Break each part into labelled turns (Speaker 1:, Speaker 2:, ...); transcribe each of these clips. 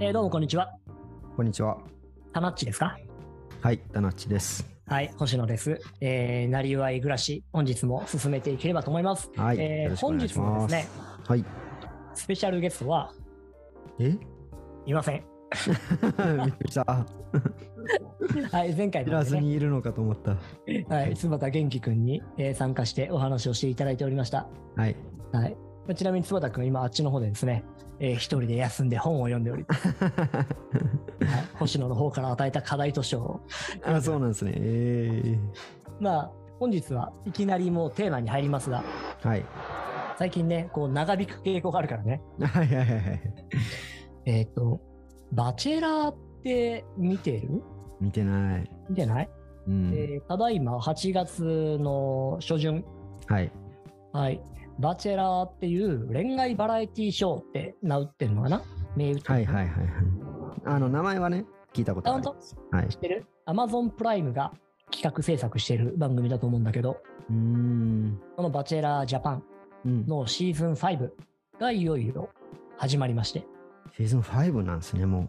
Speaker 1: えーどうもこんにちは。
Speaker 2: こんにちは。
Speaker 1: タナッチですか
Speaker 2: はい、ダナッチです。
Speaker 1: はい、星野です。えー、なりわい暮らし、本日も進めていければと思います。
Speaker 2: はい、
Speaker 1: えー
Speaker 2: よろしくお
Speaker 1: 本
Speaker 2: 願い
Speaker 1: 日
Speaker 2: し
Speaker 1: の
Speaker 2: ま。
Speaker 1: ですすね、
Speaker 2: はい。
Speaker 1: スペシャルゲストは
Speaker 2: え びっ
Speaker 1: いません。
Speaker 2: くりした。
Speaker 1: はい、前回
Speaker 2: 知
Speaker 1: の
Speaker 2: ら
Speaker 1: で
Speaker 2: ず
Speaker 1: ね、
Speaker 2: にいるのかと思った。
Speaker 1: はい、津畑元気くんに、えー参加してお話をしていただいておりました。
Speaker 2: はい。
Speaker 1: はい。まあちなみに坪田君、今あっちの方でですね、えー一人で休んで本を読んでおり、 はい星野の方から与えた課題図書を。
Speaker 2: あ、そうなんですね。え
Speaker 1: まあ、本日はいきなりもうテーマに入りますが、
Speaker 2: ーはい。
Speaker 1: 最近ね、こう長引く傾向があるからね。
Speaker 2: はいはいはいはい。
Speaker 1: えっ、と、バチェラーって見てる
Speaker 2: 見てない。
Speaker 1: 見てない、
Speaker 2: うん。
Speaker 1: えーただいま8月の初旬、
Speaker 2: はい。
Speaker 1: はい。バチェラーっていう恋愛バラエティショーって名打ってるのかな名打ってる
Speaker 2: はいはいはいはい。あの、名前はね、聞いたことある。
Speaker 1: あ
Speaker 2: はい。
Speaker 1: 知ってる ?Amazon プライムが企画制作してる番組だと思うんだけど、
Speaker 2: うーん。
Speaker 1: このバチェラージャパン
Speaker 2: うん、
Speaker 1: のシーズン5がいよいよ始まりまして。
Speaker 2: シーズン5なんですね、も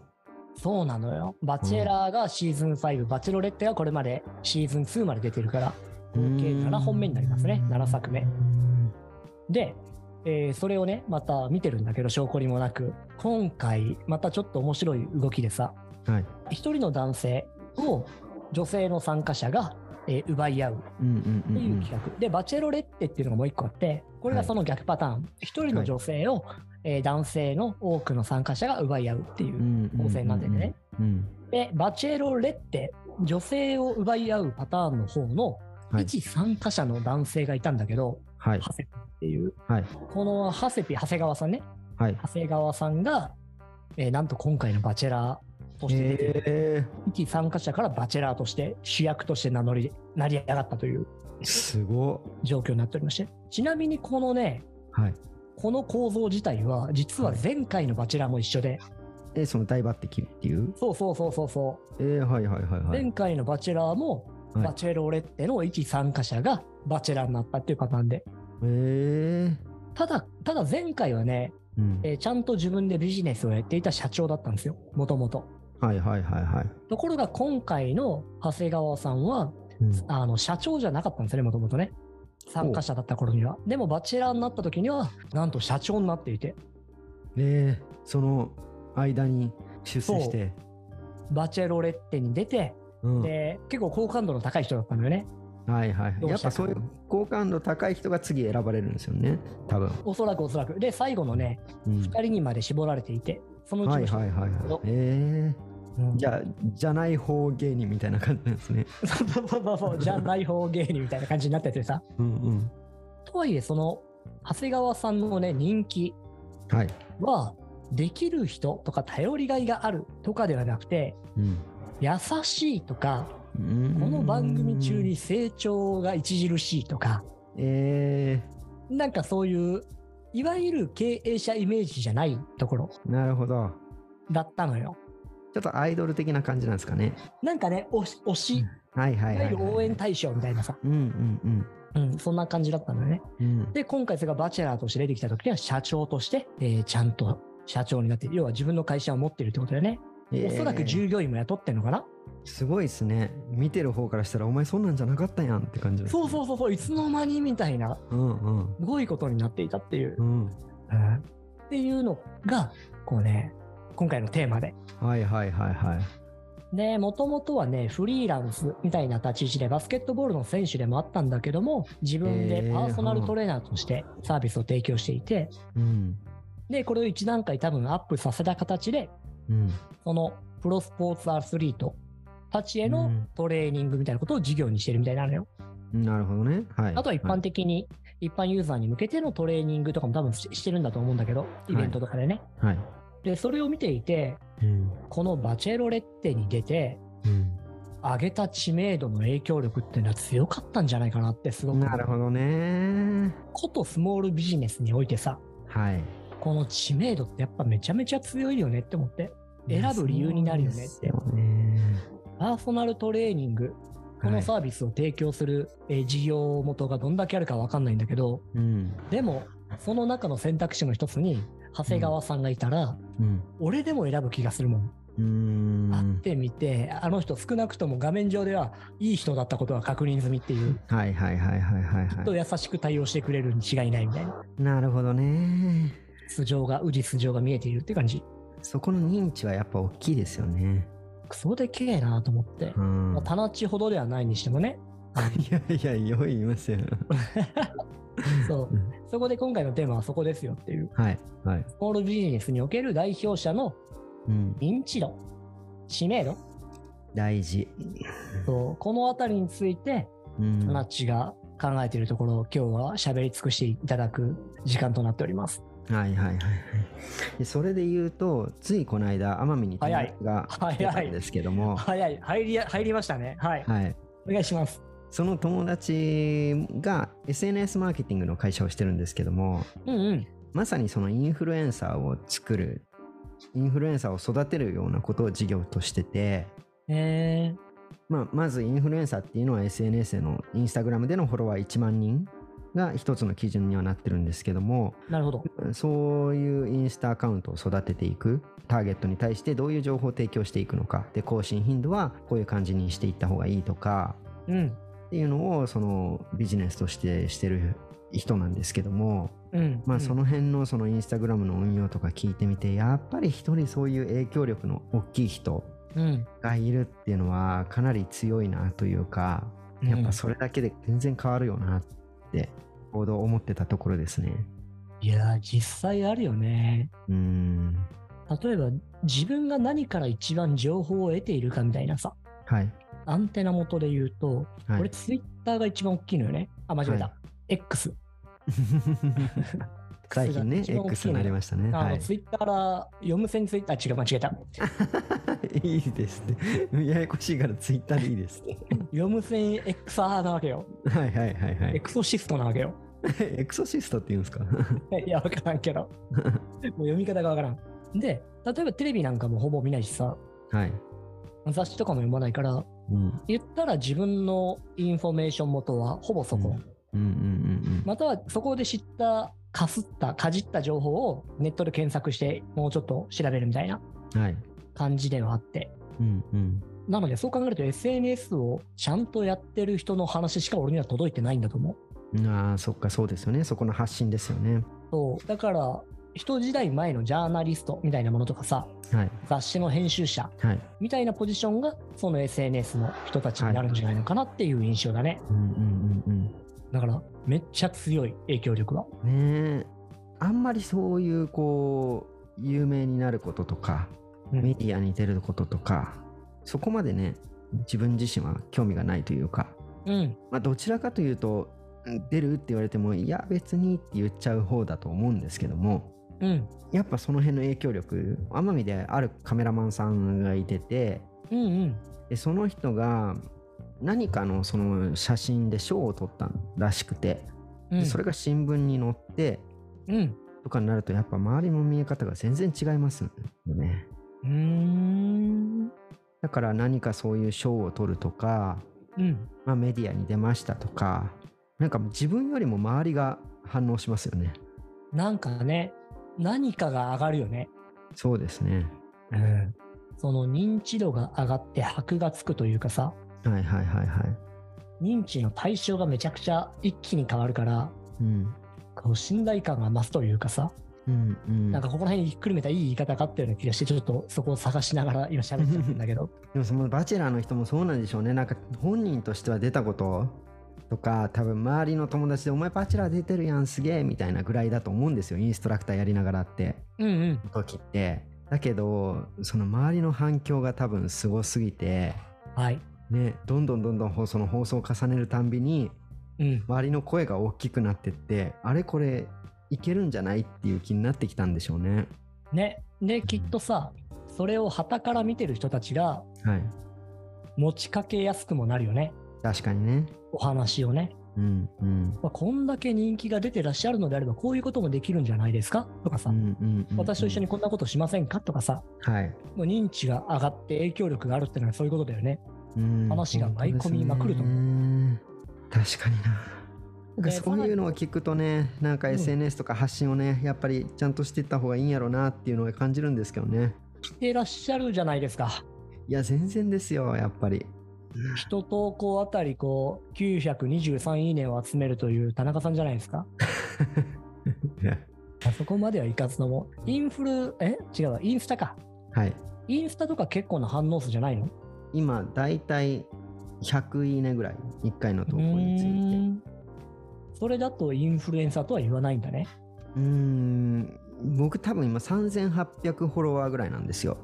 Speaker 1: そうなのよ。バチェラーがシーズン5、バチェロレッテがこれまでシーズン2まで出てるから、
Speaker 2: う。
Speaker 1: 合計7本目になりますね。7作目。で、えーそれをね、また見てるんだけど、証拠りもなく、今回、またちょっと面白い動きでさ、
Speaker 2: はい。
Speaker 1: 一人の男性を女性の参加者が、えー奪い合う
Speaker 2: うんうんう
Speaker 1: っていうん企画。で、バチェロレッテっていうのがもう一個あって、これがその逆パターン。一、人の女性を、えー男性の多くの参加者が奪い合うっていう
Speaker 2: うん。う。んうん。
Speaker 1: 構成になっててね。
Speaker 2: うん。
Speaker 1: で、バチェロレッテ、女性を奪い合うパターンの方の、
Speaker 2: はい。
Speaker 1: 一参加者の男性がいたんだけど、
Speaker 2: はい。
Speaker 1: ハセピっていう。
Speaker 2: はい。
Speaker 1: このハセピ、長谷川さんね。
Speaker 2: はい。
Speaker 1: 長谷川さんが、えーなんと今回のバチェラーとして出てる、
Speaker 2: え
Speaker 1: 一参加者からバチェラーとして、主役として名乗り、成り上がったという
Speaker 2: ー、すごっ。
Speaker 1: 状況になっておりまして。ちなみにこのね、
Speaker 2: はい。
Speaker 1: この構造自体は、実は前回のバチェラーも一緒で、
Speaker 2: え、その大抜擢っていう
Speaker 1: そうそうそうそうそ、
Speaker 2: えー、はいはいはいうはい。
Speaker 1: 前回のバチェラーも、
Speaker 2: はい
Speaker 1: バチェロレッテの一参加者がバチェラーになったっていうパターンで、
Speaker 2: え
Speaker 1: ただ、ただ前回はね、
Speaker 2: ー、うん。
Speaker 1: えーちゃんと自分でビジネスをやっていた社長だったんですよ、もともと。
Speaker 2: はいはいはいはい。
Speaker 1: ところが今回の長谷川さんは、
Speaker 2: うん
Speaker 1: あの、社長じゃなかったんですよね、もともとね。参加者だった頃には。でも、バチェラーになった時には、なんと社長になっていて、
Speaker 2: えー、その間に出世して。
Speaker 1: バチェロレッテに出て、
Speaker 2: うん、はい
Speaker 1: で、結構好感度の高い人だったんだよね。
Speaker 2: はいはい。
Speaker 1: 同社
Speaker 2: やっぱそういう好感度高い人が次選ばれるんですよね。多分。
Speaker 1: おそらくおそらく。で、最後のね、
Speaker 2: うん、
Speaker 1: 2人にまで絞られていて、そのうちの
Speaker 2: はい
Speaker 1: 一人
Speaker 2: はいはいはい。え
Speaker 1: うん
Speaker 2: ー、じゃあ、じゃない方芸人みたいな感じなんですね。
Speaker 1: そうそうそうそう、 じゃない方芸人みたいな感じになっててさ。
Speaker 2: うんうん。
Speaker 1: とはいえ、その、長谷川さんのね、人気
Speaker 2: はい。
Speaker 1: は、できる人とか頼りがいがあるとかではなくて、
Speaker 2: うん。
Speaker 1: 優しいとか、
Speaker 2: うん
Speaker 1: この番組中に。成長が著しいとか、
Speaker 2: え
Speaker 1: なんかそういう、いわゆる経営者イメージじゃないところ
Speaker 2: ー、なるほど。
Speaker 1: だったのよ。
Speaker 2: ちょっとアイドル的な感じなんですかね。
Speaker 1: なんかね、推し、推し
Speaker 2: はいはいい
Speaker 1: わゆ
Speaker 2: はい、
Speaker 1: る
Speaker 2: はい。
Speaker 1: 応援対象みたいなさ、
Speaker 2: うんうん
Speaker 1: うん、そんな感じだったのよね。
Speaker 2: うん。うん、
Speaker 1: で、今回それがバチェラーとして出てきた時には社長として、えーちゃんと社長になって、要は自分の会社を持ってるってことだよね。おそらく従業員も雇ってんのかな、
Speaker 2: すごいですね。見てる方からしたら、お前そんなんじゃなかったやんって感じです、
Speaker 1: そうそうそうそう、いつの間にみたいな、
Speaker 2: う。うんうん。
Speaker 1: すごいことになっていたっていう
Speaker 2: う、ん。
Speaker 1: うんっていうのが、こうね、今回のテーマで。
Speaker 2: はいはいはいはい。
Speaker 1: で、もともとはね、フリーランスみたいな立ち位置でバスケットボールの選手でもあったんだけども、自分でパーソナルトレーナーとしてサービスを提供していて、
Speaker 2: うん。
Speaker 1: で、これを一段階多分アップさせた形で、
Speaker 2: うん。
Speaker 1: そのプロスポーツアスリートたちへ
Speaker 2: う
Speaker 1: の
Speaker 2: ん
Speaker 1: トレーニングみたいなことを事業にしてるみたいなのよ。
Speaker 2: なるほどね。はい。
Speaker 1: あとは一般的に、一般ユーザーに向けてのトレーニングとかも多分ししてるんだと思うんだけど、イベントとかでね。
Speaker 2: はい。は
Speaker 1: で、それを見ていて、
Speaker 2: い。うん。
Speaker 1: このバチェロレッテに出て、上げた知名度の影響力っていうのは強かったんじゃないかなってすご
Speaker 2: うん。
Speaker 1: く。
Speaker 2: なるほどね。
Speaker 1: ことスモールビジネスにおいてさ、
Speaker 2: はい。
Speaker 1: この知名度ってやっぱめちゃめちゃ強いよねって思って、選ぶ理由になるよねっ
Speaker 2: そう
Speaker 1: て
Speaker 2: で。すよね。
Speaker 1: パーソナルトレーニング、このサービスを提供する、えー事業元がどんだけあるかわかんないんだけど、
Speaker 2: うん。
Speaker 1: でも、その中の選択肢の一つに、長谷川さんがいたら、
Speaker 2: うん
Speaker 1: 俺でも選ぶ気がするもん。
Speaker 2: うーん
Speaker 1: 会ってみて、あの人少なくとも画面上ではいい人だったことは確認済みっていう、
Speaker 2: はいはいはいはいはい
Speaker 1: きっと
Speaker 2: は
Speaker 1: 優しく対応してくれるに違いないみたいな、
Speaker 2: いなるほどね
Speaker 1: 素性が、宇治素性が見えているって感じ。
Speaker 2: そこの認知はやっぱ大きいですよね
Speaker 1: クソでけえなと思って
Speaker 2: う。ん
Speaker 1: まあ、棚地ほどではないにしてもね。
Speaker 2: いや いやよい言いま すよ。
Speaker 1: そううんそこで今回のテーマはそこですよっていう。
Speaker 2: はいはい
Speaker 1: スモールビジネスにおける代表者の
Speaker 2: うん
Speaker 1: 認知度、知名度、
Speaker 2: 大事
Speaker 1: そうこのあたりについて、
Speaker 2: うん
Speaker 1: ナッチが考えているところを今日は喋り尽くしていただく時間となっております。
Speaker 2: はいはいはいはいでそれで言うとついこの間奄美に友達が
Speaker 1: 早い
Speaker 2: 来てたんですけども
Speaker 1: 早い、入りや、入りましたね。はい。
Speaker 2: はい
Speaker 1: お願いします。
Speaker 2: その友達が SNS マーケティングの会社をしてるんですけども
Speaker 1: うんうん。
Speaker 2: まさにそのインフルエンサーを作るインフルエンサーを育てるようなことを事業としてて、
Speaker 1: え
Speaker 2: まあ、まずインフルエンサーっていうのは SNS でのインスタグラムでのフォロワー1万人が一つの基準にはなってるんですけども
Speaker 1: ー、なるほど。
Speaker 2: そういうインスタアカウントを育てていくターゲットに対してどういう情報を提供していくのかで更新頻度はこういう感じにしていった方がいいとか
Speaker 1: うん。
Speaker 2: っていうのをそのビジネスとしてしてる人なんですけども
Speaker 1: うん。
Speaker 2: まあその辺のそのインスタグラムの運用とか聞いてみてやっぱり一人そういう影響力の大きい人
Speaker 1: うん。
Speaker 2: がいるっていうのはかなり強いなというか
Speaker 1: うん。
Speaker 2: やっぱそれだけで全然変わるよなって行動を思ってたところですね
Speaker 1: いやー、実際あるよね。
Speaker 2: うん
Speaker 1: 例えば、自分が何から一番情報を得ているかみたいなさ、
Speaker 2: はい
Speaker 1: アンテナ元で言うと、
Speaker 2: はい
Speaker 1: 俺、ツイッターが一番大きいのよね。あ、間違えた。
Speaker 2: は
Speaker 1: X。
Speaker 2: 最近ね X になりましたね
Speaker 1: あの、
Speaker 2: はい
Speaker 1: ツイッターから、読む線ツイッター、違う、間違えた。
Speaker 2: いいですねややこしいからツイッターでいいですね
Speaker 1: 読む線 XR なわけよ。
Speaker 2: はいはいはいは
Speaker 1: エ
Speaker 2: い
Speaker 1: クソシストなわけよ。
Speaker 2: エクソシストって言うんですか
Speaker 1: いや、わからんけど。もう読み方がわからん。で、例えばテレビなんかもほぼ見ないしさ、
Speaker 2: はい
Speaker 1: 雑誌とかも読まないから、
Speaker 2: うん
Speaker 1: 言ったら自分のインフォメーション元はほぼそこ。
Speaker 2: うんうんうんうん
Speaker 1: またはそこで知った、かすった、かじった情報をネットで検索して、もうちょっと調べるみたいな
Speaker 2: はい。
Speaker 1: 感じではあって。
Speaker 2: うんうん。
Speaker 1: なので、そう考えると SNS をちゃんとやってる人の話しか俺には届いてないんだと思う。
Speaker 2: ああ、そっか、そうですよね。そこの発信ですよね。
Speaker 1: そう。だから、人時代前のジャーナリストみたいなものとかさ、
Speaker 2: はい。
Speaker 1: 雑誌の編集者
Speaker 2: はい。
Speaker 1: みたいなポジションが、その SNS の人たちになるんじゃないのかなっていう印象だね。
Speaker 2: うんうんうん
Speaker 1: だから、めっちゃ強い影響力は。
Speaker 2: うん。ねえ。あんまりそういう、こう、有名になることとか、
Speaker 1: うん
Speaker 2: メディアに出ることとか、そこまでね、自分自身は興味がないというか、
Speaker 1: うん。
Speaker 2: まあ、どちらかというと、うん出るって言われても、いや、別にって言っちゃう方だと思うんですけども、
Speaker 1: うん。
Speaker 2: やっぱその辺の影響力、奄美であるカメラマンさんがいてて、
Speaker 1: うんうん。
Speaker 2: でその人が何かのその写真で賞を取ったらしくて、
Speaker 1: う
Speaker 2: で
Speaker 1: ん。
Speaker 2: それが新聞に載って
Speaker 1: うん。
Speaker 2: とかになるとやっぱ周りの見え方が全然違いますよね
Speaker 1: うーん。
Speaker 2: だから何かそういう賞を取るとか、
Speaker 1: うん。
Speaker 2: まあ、メディアに出ましたとかなんか自分よりも周りが反応しますよね
Speaker 1: なんかね、何かが上がるよね。
Speaker 2: そうですね
Speaker 1: うん。その認知度が上がって箔がつくというかさ、
Speaker 2: はいはいはいはい
Speaker 1: 認知の対象がめちゃくちゃ一気に変わるから、
Speaker 2: うん
Speaker 1: こう信頼感が増すというかさ、
Speaker 2: うんうん
Speaker 1: なんかここら辺にひっくるめたいい言い方があったような気がして、ちょっとそこを探しながら今喋ってるんだけど。
Speaker 2: でもそのバチェラーの人もそうなんでしょうねなんか本人としては出たこととか多分周りの友達で「お前バチェラー出てるやんすげえ」みたいなぐらいだと思うんですよインストラクターやりながらって
Speaker 1: うんうん。
Speaker 2: 時ってだけどその周りの反響が多分すごすぎて
Speaker 1: はい。
Speaker 2: ねどんどんどんどん放送の放送を重ねるたんびに
Speaker 1: うん。
Speaker 2: 周りの声が大きくなってってあれこれいけるんじゃないっていう気になってきたんでしょうね
Speaker 1: ね。で、きっとさ、それを旗から見てる人たちが
Speaker 2: はい
Speaker 1: 持ちかけやすくもなるよね。
Speaker 2: 確かにね
Speaker 1: お話をね。
Speaker 2: うんうん
Speaker 1: まあ、こんだけ人気が出てらっしゃるのであれば、こういうこともできるんじゃないですかとかさ、
Speaker 2: うんうんうんうん
Speaker 1: 私と一緒にこんなことしませんかとかさ、
Speaker 2: はい
Speaker 1: もう認知が上がって影響力があるってのはそういうことだよね。
Speaker 2: うん
Speaker 1: 話が舞い込みまくると
Speaker 2: 本当ですね確かにななんか
Speaker 1: えー
Speaker 2: そういうのを聞くとね、なんか
Speaker 1: うん
Speaker 2: SNS とか発信をね、やっぱりちゃんとしていった方がいいんやろうなっていうのを感じるんですけどね。
Speaker 1: してらっしゃるじゃないですか。
Speaker 2: いや、全然ですよ、やっぱり。
Speaker 1: 一投稿あたりこう923いいねを集めるという田中さんじゃないですか。あそこまではいかずとも、インフル、え違うわ、インスタか。
Speaker 2: はい。
Speaker 1: インスタとか結構な反応数じゃないの
Speaker 2: 今、だいたい100いいねぐらい、1回の投
Speaker 1: う
Speaker 2: 稿について。
Speaker 1: ーんそれだとインフルエンサーとは言わないんだね。
Speaker 2: うーん、僕多分今3800フォロワーぐらいなんですよ。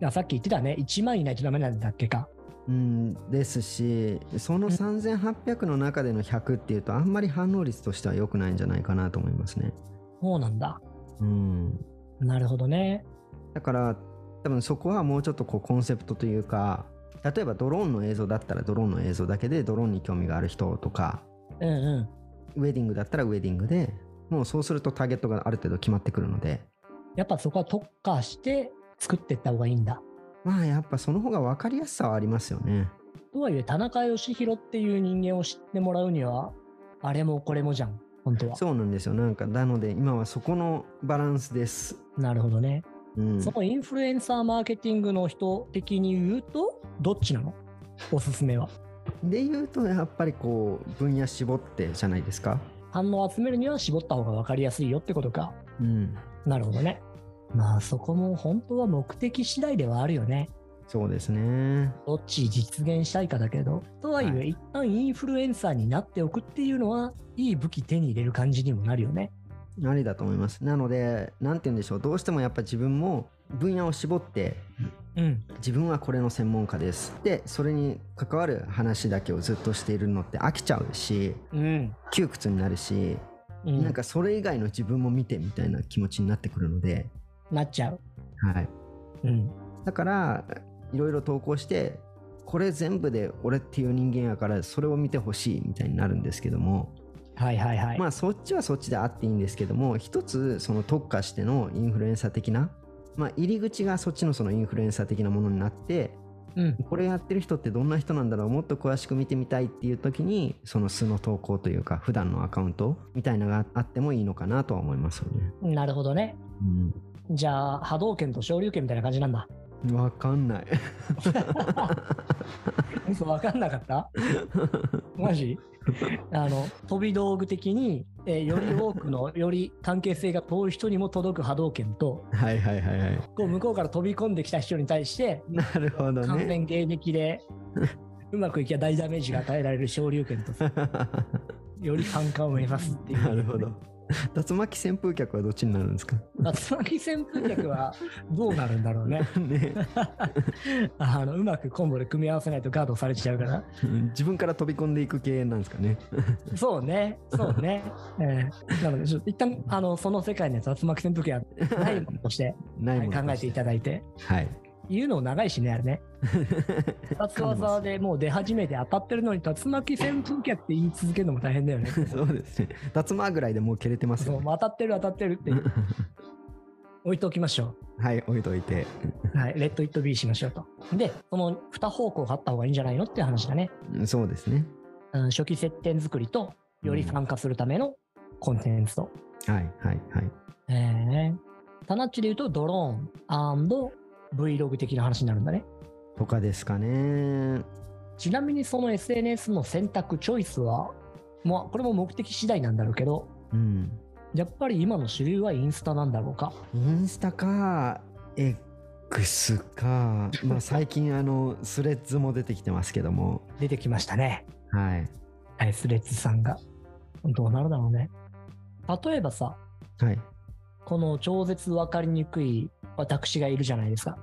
Speaker 1: いやさっき言ってたね、1万いないとダメなんだっけか。
Speaker 2: うん、ですし、その3800の中での100っていうと、あんまり反応率としては良くないんじゃないかなと思いますね。
Speaker 1: そうなんだ。
Speaker 2: うん。
Speaker 1: なるほどね。
Speaker 2: だから多分そこはもうちょっとこうコンセプトというか例えばドローンの映像だったらドローンの映像だけでドローンに興味がある人とか
Speaker 1: うんうん。
Speaker 2: ウェディングだったらウェディングでもうそうするとターゲットがある程度決まってくるので
Speaker 1: やっぱそこは特化して作っていった方がいいんだ。
Speaker 2: まあやっぱその方が分かりやすさはありますよね
Speaker 1: とはいえ、田中義弘っていう人間を知ってもらうには、あれもこれもじゃん、本当は。
Speaker 2: そうなんですよなんかなので今はそこのバランスです
Speaker 1: なるほどね。
Speaker 2: うん
Speaker 1: そのインフルエンサーマーケティングの人的に言うと、どっちなのおすすめは。
Speaker 2: で言うとやっぱりこう分野絞ってじゃないですか
Speaker 1: 反応を集めるには絞った方が分かりやすいよってことか。
Speaker 2: うん
Speaker 1: なるほどね。まあそこも本当は目的次第ではあるよね。
Speaker 2: そうですね
Speaker 1: どっち実現したいかだけど。とはい
Speaker 2: は
Speaker 1: え、一旦インフルエンサーになっておくっていうのは、いい武器手に入れる感じにもなるよね。
Speaker 2: ありだと思います。なので、なんて言うんでしょう、どうしてもやっぱ自分も分野を絞って、
Speaker 1: うん。
Speaker 2: 自分はこれの専門家です。で、それに関わる話だけをずっとしているのって飽きちゃうし、
Speaker 1: うん。
Speaker 2: 窮屈になるし、
Speaker 1: うん、
Speaker 2: なんかそれ以外の自分も見てみたいな気持ちになってくるので、
Speaker 1: なっちゃう。
Speaker 2: はい。
Speaker 1: うん。
Speaker 2: だから、いろいろ投稿して、これ全部で俺っていう人間やからそれを見てほしいみたいになるんですけども、
Speaker 1: はいはいはい。
Speaker 2: まあそっちはそっちであっていいんですけども一つその特化してのインフルエンサー的な、まあ、入り口がそっちのそのインフルエンサー的なものになって
Speaker 1: うん。
Speaker 2: これやってる人ってどんな人なんだろうもっと詳しく見てみたいっていう時にその素の投稿というか普段のアカウントみたいなのがあってもいいのかなとは思いますよね。
Speaker 1: なるほどね。じゃあ、波動拳と昇竜拳みたいな感じなん だ。
Speaker 2: うん、わかんない。
Speaker 1: 嘘わかんなか ったマジあの飛び道具的に、えーより多く のより関係性が遠い人にも届く波動拳と
Speaker 2: はいはいはいはい。
Speaker 1: こう向こうから飛び込んできた人に対して
Speaker 2: なるほど
Speaker 1: 完
Speaker 2: ね。
Speaker 1: 全迎撃でうまくいきゃ大ダメージが与えられる昇竜拳とより反感を目指すっていう。
Speaker 2: なるほど。竜巻扇風客はどっちになるんですか
Speaker 1: 竜巻旋風客はどうなるんだろうね
Speaker 2: ね
Speaker 1: あのうまくコンボで組み合わせないとガードされちゃうから
Speaker 2: うん自分から飛び込んでいく系なんですかね。
Speaker 1: そうね、そうね。えーなので、ちょっと一旦、あの、その世界の竜巻戦闘機はないものとして、
Speaker 2: ない
Speaker 1: はい
Speaker 2: ものと
Speaker 1: 考え
Speaker 2: して
Speaker 1: ていただいて。
Speaker 2: はい。
Speaker 1: 言うのも長いしね、あれ ね。
Speaker 2: ます
Speaker 1: 殺技でもう出始めて当たってるのに、竜巻旋風脚って言い続けるのも大変だよね。
Speaker 2: そうですね。脱マぐらいでもう蹴れてます
Speaker 1: そ う、
Speaker 2: よ。
Speaker 1: もう当たってる当たってるっていう置いておきましょ
Speaker 2: はい、置いといて。
Speaker 1: う。はい、レッド・イット・ビーしましょうと。で、その2方向があった方がいいんじゃないのっていう話だね。
Speaker 2: うんそうですね。
Speaker 1: うん、初期接点作りと、より参加するためのコンテンツと。
Speaker 2: はい、はい、はい。
Speaker 1: ええタナッチで言うとドローン &Vlog 的な話になるんだね。
Speaker 2: とかですかね。
Speaker 1: ちなみにその SNS の選択、チョイスは、まあ、これも目的次第なんだろうけど、
Speaker 2: うん。
Speaker 1: やっぱり今の主流はインスタなんだろうか。
Speaker 2: インスタか、X か、まあ最近あの、スレッズも出てきてますけども。
Speaker 1: 出てきましたね。
Speaker 2: はい。
Speaker 1: はい、スレッズさんが。どうなるだろうね。例えばさ、
Speaker 2: はい。
Speaker 1: この超絶わかりにくい私がいるじゃないですか。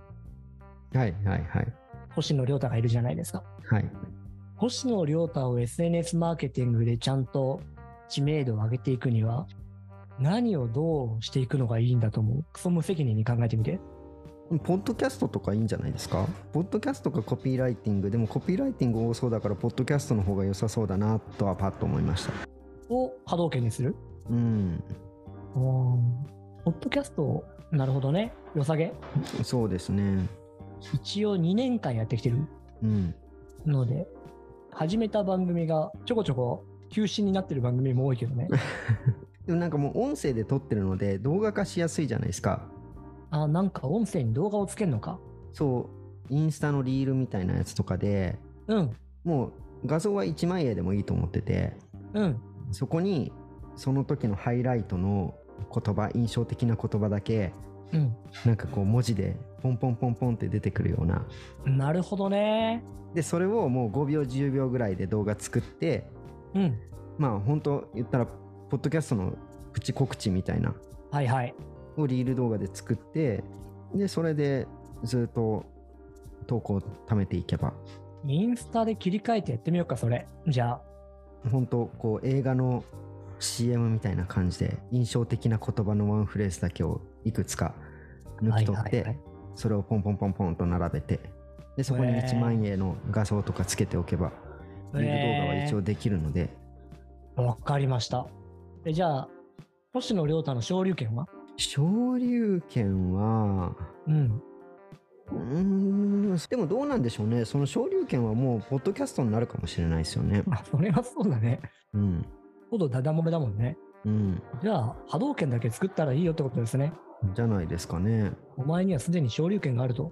Speaker 2: はい、はい、はい。
Speaker 1: 星野亮太がいるじゃないですか。
Speaker 2: はい。
Speaker 1: 星野亮太を SNS マーケティングでちゃんと知名度を上げていくには、何をどうしていくのがいいんだと思う。クソ無責任に考えてみて。
Speaker 2: ポッドキャストとかいいんじゃないですかポッドキャストかコピーライティングでもコピーライティング多そうだからポッドキャストの方が良さそうだなとはパッと思いました
Speaker 1: を波動拳にする
Speaker 2: うん
Speaker 1: うーんポッドキャスト、なるほどね。良さげ。
Speaker 2: そうですね
Speaker 1: 一応2年間やってきてる
Speaker 2: うん
Speaker 1: ので、始めた番組がちょこちょこ休止になってる番組も多いけ どね。
Speaker 2: でもなんかもう音声で撮ってるので動画化しやすいじゃないですか
Speaker 1: あ、なんか音声に動画をつけるのか。
Speaker 2: そうインスタのリールみたいなやつとかで
Speaker 1: うん、
Speaker 2: もう画像は1枚絵でもいいと思ってて
Speaker 1: うん。
Speaker 2: そこにその時のハイライトの言葉印象的な言葉だけ
Speaker 1: う、
Speaker 2: なんかこう文字でポンポンポンポンって出てくるようなん
Speaker 1: なるほどね。
Speaker 2: でそれをもう5秒10秒ぐらいで動画作って
Speaker 1: うん、
Speaker 2: まあ本当言ったらポッドキャストのプチ告知みたいな
Speaker 1: はいはい。
Speaker 2: をリール動画で作ってでそれでずっと投稿を貯めていけば
Speaker 1: インスタで切り替えてやってみようか、それ。じゃあ。
Speaker 2: 本当こう映画の CM みたいな感じで印象的な言葉のワンフレーズだけをいくつか抜き取って、
Speaker 1: はいはいはい
Speaker 2: それをポンポンポンポンと並べてでそこに
Speaker 1: へー
Speaker 2: 1万円の画像とかつけておけばリール動画は一応できるので
Speaker 1: わかりました。えじゃあ、星野亮太の昇竜拳は
Speaker 2: 昇竜拳は
Speaker 1: うん。
Speaker 2: うーんでもどうなんでしょうねその昇竜拳はもうポッドキャストになるかもしれないですよね。
Speaker 1: あ、それはそうだね。
Speaker 2: うん
Speaker 1: ほどダダ漏れだもんね。
Speaker 2: うん、
Speaker 1: じゃあ、波動拳だけ作ったらいいよってことですね。
Speaker 2: じゃないですかね。
Speaker 1: お前にはすでに昇竜拳があると。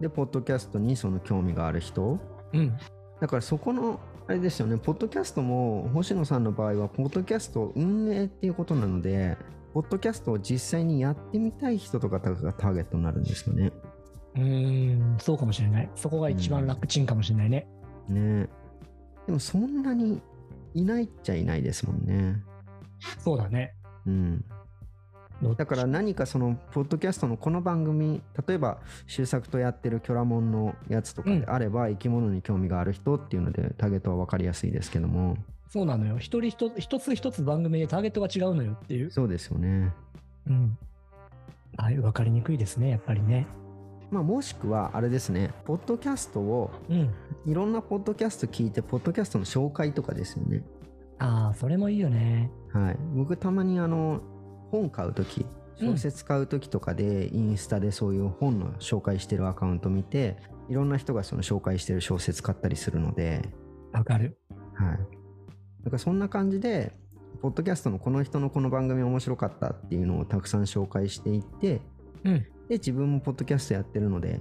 Speaker 2: でポッドキャストにその興味がある人
Speaker 1: うん。
Speaker 2: だからそこのあれですよねポッドキャストも星野さんの場合はポッドキャスト運営っていうことなのでポッドキャストを実際にやってみたい人とかがターゲットになるんですよね。
Speaker 1: うーん、そうかもしれない。そこが一番楽ちんかもしれないね。
Speaker 2: ねでもそんなにいないっちゃいないですもんね。
Speaker 1: そうだね。
Speaker 2: うん、
Speaker 1: どっち
Speaker 2: だから何かそのポッドキャストのこの番組例えば周作とやってるキョラモンのやつとかであれば、生き物に興味がある人っていうのでターゲットは分かりやすいですけども
Speaker 1: そうなのよ。一人一つ一つ一つ番組でターゲットが違うのよっていう。
Speaker 2: そうですよね。
Speaker 1: うん。はい、わかりにくいですね、やっぱりね。
Speaker 2: まあ、もしくはあれですねポッドキャストを
Speaker 1: うん。
Speaker 2: いろんなポッドキャスト聞いてポッドキャストの紹介とかですよね。
Speaker 1: ああ、それもいいよね。
Speaker 2: はい、僕たまにあの本買う時
Speaker 1: うん
Speaker 2: 小説買う時とかでインスタでそういう本の紹介してるアカウント見ていろんな人がその紹介してる小説買ったりするので。
Speaker 1: わかる。
Speaker 2: はい。なんかそんな感じで、ポッドキャストのこの人のこの番組面白かったっていうのをたくさん紹介していって、
Speaker 1: うん
Speaker 2: で、自分もポッドキャストやってるので、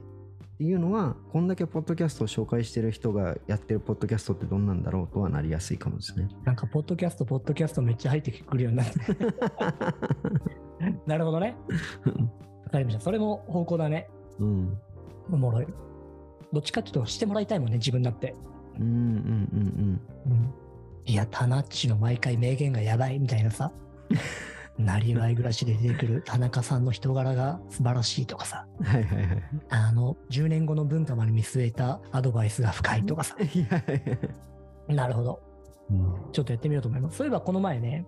Speaker 2: っていうのは、こんだけポッドキャストを紹介してる人がやってるポッドキャストってどんなんだろうとはなりやすいかもですね。
Speaker 1: なんか、ポッドキャスト、ポッドキャストめっちゃ入ってくるようにな って。なるほどね。わかりました。それも方向だね。
Speaker 2: うん。
Speaker 1: おもろい。どっちかっていうと、してもらいたいもんね、自分だって。
Speaker 2: うんうんうん
Speaker 1: うん。いや、タナッチの毎回名言がやばいみたいな さ。なりわい暮らしで出てくる 田中さんの人柄が素晴らしいとかさ。
Speaker 2: うん。はいはいはい。
Speaker 1: あの、10年後の文化まで見据えたアドバイスが深いとかさ。
Speaker 2: いやいやいや
Speaker 1: なるほど。
Speaker 2: うん
Speaker 1: ちょっとやってみようと思います。そういえばこの前ね、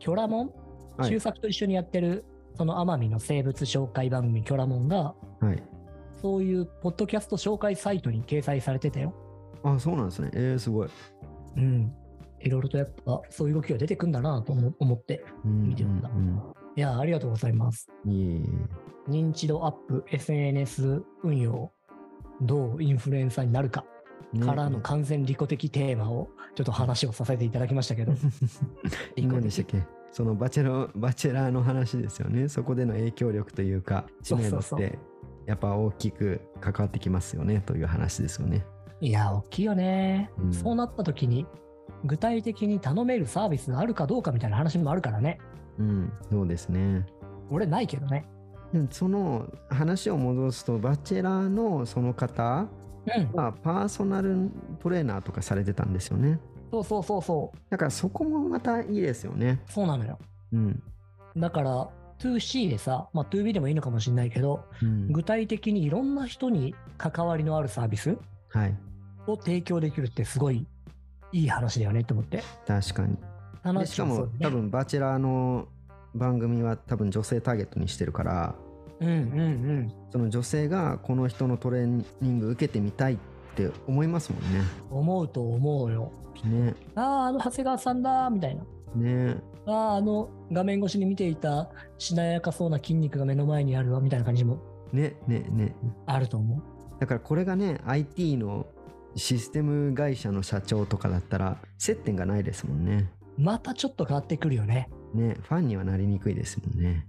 Speaker 1: キョラモン、
Speaker 2: はい
Speaker 1: 周作と一緒にやってる、その奄美の生物紹介番組キョラモンが、
Speaker 2: はい。
Speaker 1: そういうポッドキャスト紹介サイトに掲載されてたよ。
Speaker 2: あ、そうなんですね。えー、すごい。
Speaker 1: うん。いろいろとやっぱそういう動きが出てくんだなと思思って。
Speaker 2: うん
Speaker 1: 見てるんだいや、ありがとうございます。
Speaker 2: うんうんいえいえい
Speaker 1: 認知度アップ、SNS 運用、どうインフルエンサーになるか
Speaker 2: えね
Speaker 1: からの完全利己的テーマを、ちょっと話をさせていただきましたけど。利己
Speaker 2: 何でしたっけそのバチェロバチェラーの話ですよねそこでの影響力というか知名度っ
Speaker 1: そうそうそ
Speaker 2: てやっぱ大きく関わってきますよねという話ですよね
Speaker 1: いや、大きいよね。
Speaker 2: うん
Speaker 1: そうなった時に、具体的に頼めるサービスがあるかどうかみたいな話もあるからね。
Speaker 2: うんそうですね
Speaker 1: 俺ないけどね。
Speaker 2: でもその話を戻すとバチェラーのその方
Speaker 1: うん。
Speaker 2: はパーソナルトレーナーとかされてたんですよね
Speaker 1: そうそうそうそ
Speaker 2: だからそこもまたいいですよね
Speaker 1: う。そうなのよ。
Speaker 2: うん、
Speaker 1: だから、2C でさ、まあ 2B でもいいのかもしれないけど、
Speaker 2: うん、
Speaker 1: 具体的にいろんな人に関わりのあるサービス
Speaker 2: はい
Speaker 1: を提供できるってすごいいい話だよねと思って。
Speaker 2: 確かにで
Speaker 1: 話
Speaker 2: しかも、多分バチェラーの番組は多分女性ターゲットにしてるから
Speaker 1: うんうんうん。
Speaker 2: その女性がこの人のトレーニング受けてみたいって思いますもん
Speaker 1: 思うと思うよ。
Speaker 2: ね。
Speaker 1: ああ、あの長谷川さんだ、みたいな。
Speaker 2: ねね
Speaker 1: ああ、あの画面越しに見ていたしなやかそうな筋肉が目の前にあるわ、みたいな感じも
Speaker 2: ねねね
Speaker 1: あると思う。
Speaker 2: だからこれがね IT のシステム会社の社長とかだったら接点がないですもんね。
Speaker 1: またちょっと変わってくるよね。
Speaker 2: ね、ファンにはなりにくいですもんね。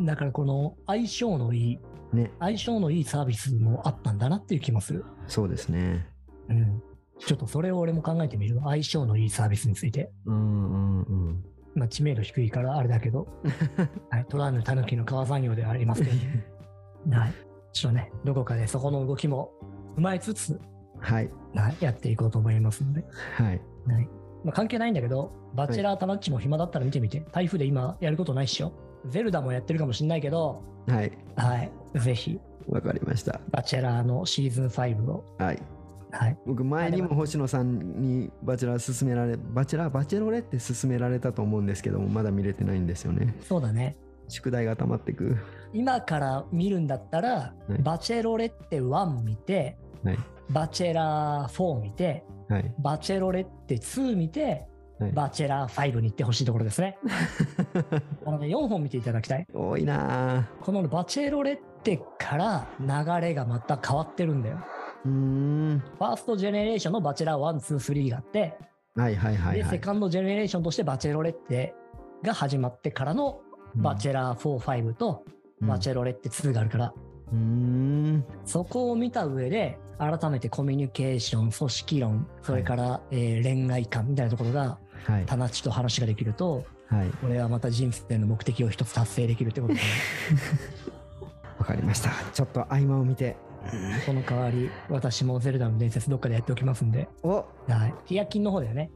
Speaker 1: だからこの相性のいい、
Speaker 2: ね、
Speaker 1: 相性のいいサービスもあったんだなっていう気もする。
Speaker 2: そうですね。
Speaker 1: うん。ちょっとそれを俺も考えてみる。相性のいいサービスについて。
Speaker 2: うんうんうん。
Speaker 1: まあ、知名度低いからあれだけど、はい、取らぬ狸の川産業ではありますけど、はい、ちょっとね、どこかでそこの動きも踏まえつつ、
Speaker 2: はい。
Speaker 1: はい、やっていこうと思いますので、
Speaker 2: はい。
Speaker 1: はいまあ、関係ないんだけど、バチェラータマッチも暇だったら見てみて、台風で今やることないっしょ。ゼルダもやってるかもしれないけど、
Speaker 2: はい。
Speaker 1: はい、ぜひ、
Speaker 2: わかりました。
Speaker 1: バチェラーのシーズン5を、
Speaker 2: はい。
Speaker 1: はい、
Speaker 2: 僕前にも星野さんにバチェラー勧められバチェラーバチェロレって勧められたと思うんですけどもまだ見れてないんですよね
Speaker 1: そうだね、
Speaker 2: 宿題が溜まってく
Speaker 1: 今から見るんだったら、
Speaker 2: はい
Speaker 1: バチェロレッテ1見て、
Speaker 2: はい
Speaker 1: バチェラー4見て、
Speaker 2: はい
Speaker 1: バチェロレッテ2見て、
Speaker 2: はい
Speaker 1: バチェラー5に行ってほしいところです ね。なので4本見ていただきたい。
Speaker 2: 多いなあ
Speaker 1: このバチェロレッテから流れがまた変わってるんだよ。
Speaker 2: うーん
Speaker 1: ファーストジェネレーションのバチェラー1、2、3があって、
Speaker 2: はいはいはい
Speaker 1: で、
Speaker 2: は
Speaker 1: セ
Speaker 2: い
Speaker 1: カンドジェネレーションとしてバチェロレッテが始まってからのバチェラー4、5とバチェロレッテ2があるから、
Speaker 2: うーん
Speaker 1: そこを見た上で、改めてコミュニケーション、組織論、それから、えー恋愛観みたいなところが、
Speaker 2: はい
Speaker 1: タナチと話ができると、
Speaker 2: はい
Speaker 1: 俺はまた人生の目的を一つ達成できるって ことで、
Speaker 2: わかりましたちょっと合間を見て
Speaker 1: その代わり、私もゼルダの伝説どっかでやっておきますんで、
Speaker 2: お
Speaker 1: はい。ヒヤキンの方だよね。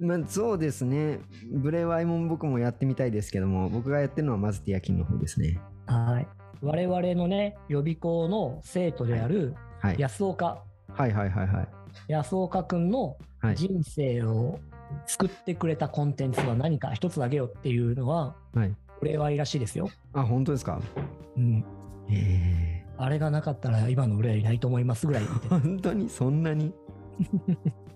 Speaker 2: まあ、そうですねブレワイも僕もやってみたいですけども僕がやってるのはまずティアキンの方ですね
Speaker 1: はい。我々のね、予備校の生徒である
Speaker 2: はい
Speaker 1: 安岡、
Speaker 2: はいはいはいはい
Speaker 1: 安岡くんの
Speaker 2: はい
Speaker 1: 人生を作ってくれたコンテンツは何か一つあげようっていうのは、
Speaker 2: はい
Speaker 1: これはいいらしいですよ。
Speaker 2: あ本当ですか
Speaker 1: うん。
Speaker 2: へえ
Speaker 1: あれがなかったら今の俺はいないと思いますぐらい 言って
Speaker 2: 本当にそん なに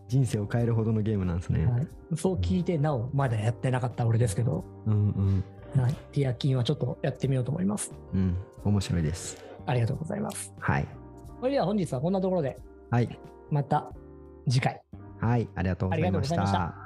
Speaker 2: 人生を変えるほどのゲームなんですね、
Speaker 1: はい、そう聞いてなおまだやってなかった俺ですけど、
Speaker 2: うんうん
Speaker 1: はい、ティアキンはちょっとやってみようと思います。
Speaker 2: うん面白いです
Speaker 1: ありがとうございます。
Speaker 2: はい
Speaker 1: それでは本日はこんなところで、
Speaker 2: はい
Speaker 1: また次回。
Speaker 2: はいありがとうございま
Speaker 1: ありがとうございまし
Speaker 2: した